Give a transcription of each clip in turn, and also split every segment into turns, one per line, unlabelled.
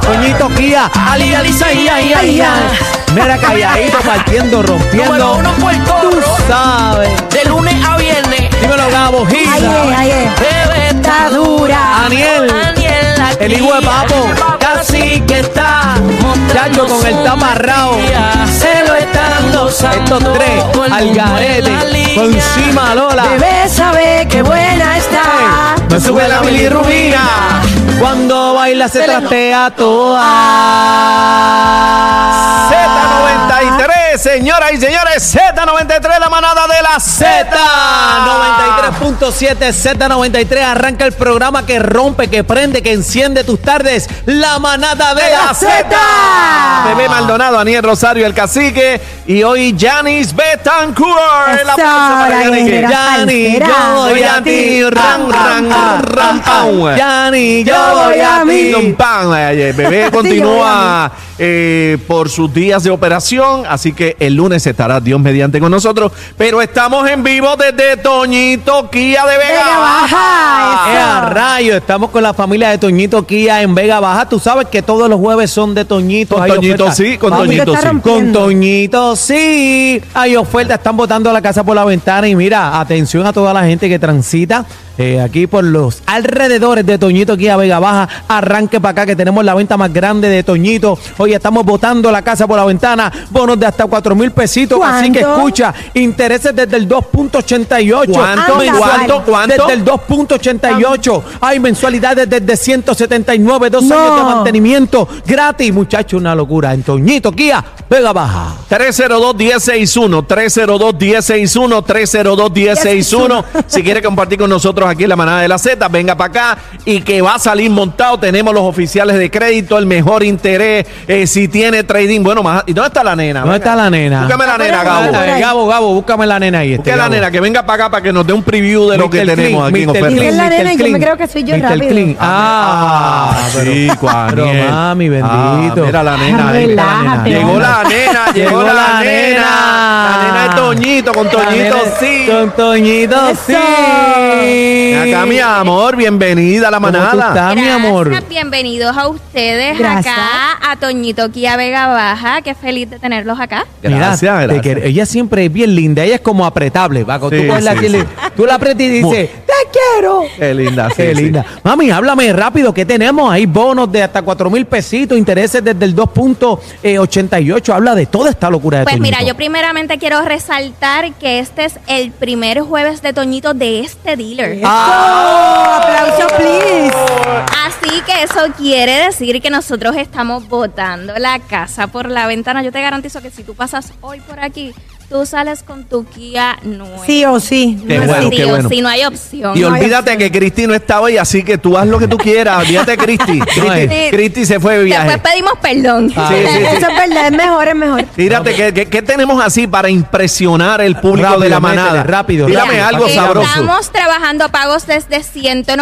Toñito Kia. Ali, ali, ay, ay, ay, ay. Mira calladito, partiendo,
Número
rompiendo.
uno fue el
Tú
toro,
sabes.
de lunes a viernes.
Dímelo, Gabo.
Ahí es,
Gila.
ahí es.
Bebé
Está
está
dura.
Aniel.
Aniel, la
El hijo de
cría.
papo. Casi que está. Chacho con el taparrao.
Se lo están gozando.
Estos tres.
Todo el
Al
mundo en
garete.
la liga.
Con encima Lola.
Bebé sabe que buena está.
Ey, Me sube la bilirrubina Cuando baila se trastea toda Z93, señoras y señores Z93, la manada de la Z 93.7 Z93, arranca el programa que rompe, que prende, que enciende tus tardes La manada de, la, Z Bebé Maldonado, Aniel Rosario, el cacique Y hoy Janis Betancourt
Eso, la guerrera
Yanis,
salsera.
yo voy a ti, ram, ram, ram, pam. Yani, yo voy a ti.
Don Pan, ay, ay, bebé continúa eh, por sus días de operación, así que el lunes estará Dios mediante con nosotros, pero estamos en vivo desde Toñito Kia de Vega.
Vega
Ah,
Baja,
¡Eh, a rayo! Estamos con la familia de Toñito Kia en Vega Baja. Tú sabes que todos los jueves son de Toñito.
Con
hay
Toñito
ofertas.
sí, con
Papi,
Toñito
está
sí.
Con
rompiendo.
Toñito sí. Hay ofertas, están botando la casa por la ventana. Y mira, atención a toda la gente que transita eh, aquí por los alrededores de Toñito Kia Vega Baja. Arranque para acá que tenemos la venta más grande de Toñito. Hoy estamos botando la casa por la ventana. Bonos de hasta 4 mil pesitos. Así que
¿Cuánto?
escucha, intereses desde el 2.88.
¿Cuánto?
Anda,
¿Cuánto?
vale.
¿Cuánto?
Desde el 2.88. Hay mensualidades desde 179, dos
No.
años de mantenimiento gratis, muchacho, una locura. En Toñito, Kia, Vega Baja.
302-1061, 302-1061, 302-1061. Si quiere compartir con nosotros aquí en la manada de la Z, venga para acá y que va a salir montado. Tenemos los oficiales de crédito, el mejor interés. eh, si tiene trading, bueno, más. ¿Y dónde está la nena?
¿Dónde
Venga.
está la nena?
Búscame la nena, Gabo.
Ah, eh, Gabo, Gabo, búscame la nena ahí. este,
Busque la
Gabo.
nena que venga para acá para que nos dé un preview de lo
Mr.
que
Clean,
tenemos aquí en
Mr.
oferta.
Clean,
Es la
Mr.
nena y yo me
Clean.
creo que soy yo
Mr.
rápido.
Clein. Ah,
Ah, sí,
pero
Juaniel.
mami,
Ah,
bendito.
mira la nena. ahí.
Relájate,
Llegó
hombre.
la nena, llegó la nena. La nena de Toñito, con
La
Toñito
nena-
sí.
Con Toñito
Eso.
sí.
Ven Acá, mi amor, bienvenida a la
¿Cómo tú
manada.
estás, mi amor?
bienvenidos a ustedes
Gracias.
acá, a Toñito Kia Vega Baja. Qué feliz de tenerlos acá.
Mira, te quiero- Ella siempre es bien linda, ella es como apretable. Paco.
Sí,
tú, coges la
sí,
que le-
sí.
tú la apretas y
Mu-
dices, ¡te quiero!
Qué linda, sí,
Qué
sí.
linda. Mami, háblame rápido, ¿qué tenemos? Hay bonos de hasta 4 mil pesitos, intereses desde el eh, 2.88. Habla de toda esta locura de
Pues mira, yo
Toñito.
primeramente quiero resaltar que este es el primer jueves de Toñito de este dealer.
Ah.
¡Oh! Aplauso, please.
Así que eso quiere decir que nosotros estamos botando la casa por la ventana. Yo te garantizo que si tú pasas hoy por aquí, tú sales con tu Kia nueva.
Sí o sí.
Qué
No,
bueno,
sí.
qué bueno.
no hay opción.
Y
No hay
olvídate que Cristi no está hoy, así que tú haz lo que tú quieras. Olvídate, de Cristi. Cristi-
eh.
Cristi se fue de viaje.
Después pedimos perdón.
Sí, sí, sí.
Eso es verdad, es mejor, es mejor.
Tírate, ¿qué, qué, qué tenemos así para impresionar el público
Rápido,
de la
métele,
manada?
rápido,
Tírame
rápido,
algo
rápido.
sabroso.
Estamos trabajando pagos desde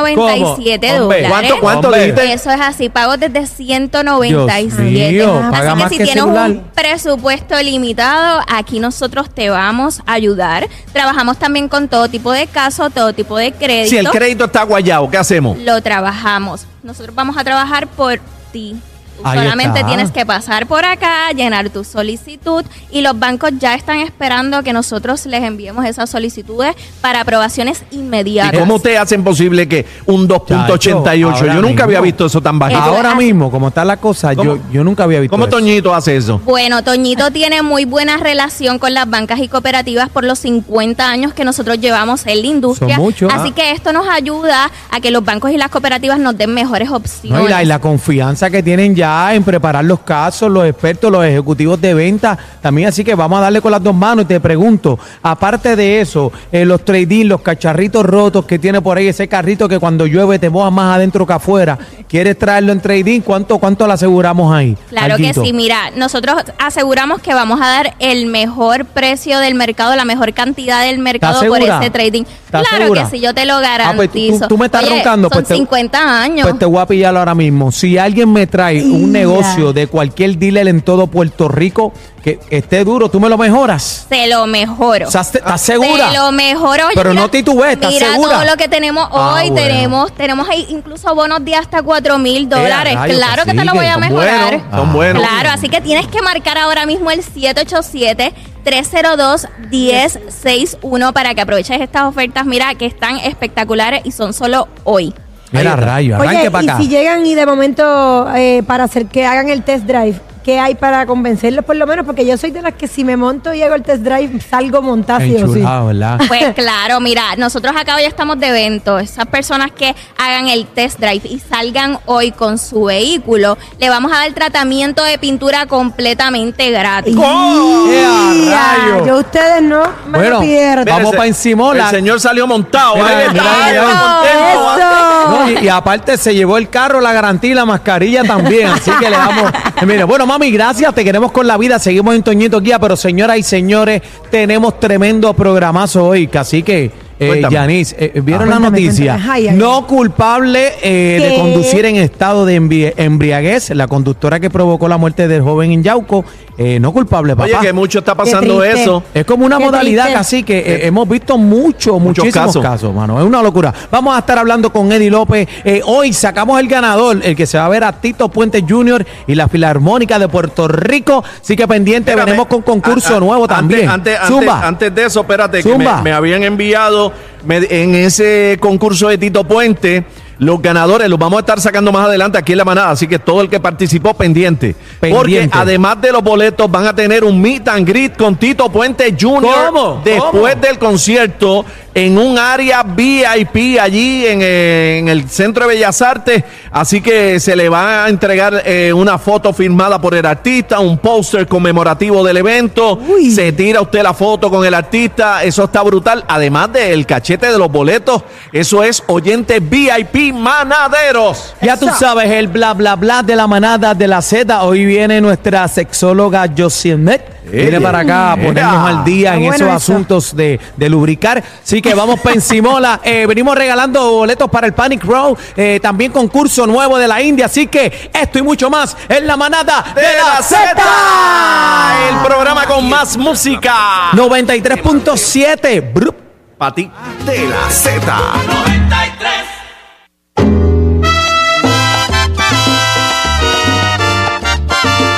197
¿Cómo? Hombre,
dólares.
¿Cuánto, cuánto
Hombre.
dijiste?
Eso es así, pagos desde 197.
Dios mío,
Así
paga
que
más
si
que el
tienes un
celular.
presupuesto limitado, aquí nosotros te vamos a ayudar. Trabajamos también con todo tipo de casos, todo tipo de crédito.
Si el crédito está guayado, ¿qué hacemos?
Lo trabajamos. Nosotros vamos a trabajar por ti. Tú
Ahí
solamente
está.
tienes que pasar por acá, llenar tu solicitud y los bancos ya están esperando que nosotros les enviemos esas solicitudes para aprobaciones inmediatas.
¿Y cómo te hacen posible que un 2.88?
Chacho,
Yo nunca había
ahora mismo.
visto eso tan bajito.
Eso
Ahora
hace-
mismo, como está la cosa, yo,
¿Cómo?
yo nunca había visto
¿Cómo
eso.
Toñito hace eso?
Bueno, Toñito tiene muy buena relación con las bancas y cooperativas por los 50 años que nosotros llevamos en la industria.
Son muchos,
Así
ah.
que esto nos ayuda a que los bancos y las cooperativas nos den mejores opciones.
No, y, la, y la confianza que tienen ya en preparar los casos, los expertos, los ejecutivos de venta, también así que vamos a darle con las dos manos y te pregunto, aparte de eso, eh, los trading, los cacharritos rotos que tiene por ahí ese carrito que cuando llueve te moja más adentro que afuera, ¿quieres traerlo en trading? ¿Cuánto, cuánto le aseguramos ahí?
Claro
Alguito.
que sí, mira, nosotros aseguramos que vamos a dar el mejor precio del mercado, la mejor cantidad del mercado por
segura?
ese trading.
¿Estás
Claro
segura?
que sí, yo te lo
Ah, pues tú-
garantizo.
tú, tú me estás
Oye,
roncando.
Son
pues te-
50 años.
Pues te voy a pillar ahora mismo. Si alguien me trae un
Ya.
negocio de cualquier dealer en todo Puerto Rico que esté duro, ¿tú me lo mejoras?
Se lo mejoro.
¿Estás
Ah.
estás segura?
Te lo mejor hoy.
Pero no titubees, ¿estás
Mira
segura?
todo lo que tenemos
Ah,
hoy.
bueno.
Tenemos tenemos ahí incluso bonos de hasta 4 mil dólares.
rayos,
claro que te lo
cacique,
voy a
son
mejorar.
Ah.
buenos, son buenos.
Claro, así que tienes que marcar ahora mismo el 787-302-1061 para que aproveches estas ofertas. Mira, que están espectaculares y son solo hoy.
Mira, rayo, arranque
Oye,
para
y
acá.
si llegan y de momento eh, para hacer que hagan el test drive, ¿qué hay para convencerlos por lo menos? Porque yo soy de las que si me monto y hago el test drive, salgo montada sí o sí.
Enchulado, ¿verdad?
Pues claro, mira, nosotros acá hoy estamos de evento. Esas personas que hagan el test drive y salgan hoy con su vehículo, le vamos a dar tratamiento de pintura completamente gratis.
¡Ea, rayo!
Yo ustedes no me lo
Bueno,
pierdo.
Vamos
Mira,
pa'
ese-
encimola.
El señor salió montado.
Mira,
ahí
mira,
está,
mira.
va contento, va-
No, y, y aparte se llevó el carro, la garantía y la mascarilla también. Así que le damos. Mira, bueno, mami, gracias. Te queremos con la vida. Seguimos en Toñito Guía. Pero señoras y señores, tenemos tremendo programazo hoy. Así que, eh,
Cuéntame.
Yanis, eh, ¿vieron la
Cuéntame,
noticia?
cuéntame. Ay, ay,
No culpable eh, de
¿Qué?
conducir en estado de embri- embriaguez. La conductora que provocó la muerte del joven en Yauco. eh, no culpable, papá.
Oye, que mucho está
Qué
pasando
triste.
eso.
Es como una
Qué
modalidad
triste.
casi que eh, hemos visto mucho,
Muchos
muchísimos
casos.
casos. mano. Es una locura. Vamos a estar hablando con Eddie López. Eh, hoy sacamos el ganador, el que se va a ver a Tito Puente Jr. y la Filarmónica de Puerto Rico. Así que pendiente,
Espérame.
venimos con concurso
A- a-
nuevo
antes-
también.
Antes, antes-
Zumba.
antes de eso, espérate, que me,
Zumba.
me habían enviado me- en ese concurso de Tito Puente. Los ganadores los vamos a estar sacando más adelante aquí en la manada, así que todo el que participó pendiente. Porque
Pendiente.
además de los boletos van a tener un meet and greet con Tito Puente Jr.
¿Cómo?
después
¿Cómo?
del concierto en un área VIP allí en, eh, en el Centro de Bellas Artes. Así que se le va a entregar eh, una foto firmada por el artista, un póster conmemorativo del evento.
Uy.
Se tira usted la foto con el artista. Eso está brutal. Además del cachete de los boletos, eso es oyentes VIP manaderos.
Ya tú sabes, el bla bla bla de la manada de la Z. Hoy viene nuestra sexóloga Josimet. Viene
Ella.
para acá a ponernos
Ella.
al día
Está
en
bueno
esos
eso.
asuntos de, de lubricar. Así que vamos pensimola. Eh, venimos regalando boletos para el Panic Row. Eh, también concurso nuevo de la India. Así que esto y mucho más en la manada de, la Z.
El programa con más música.
93.7. Brup.
Para ti.
de la Z.
93.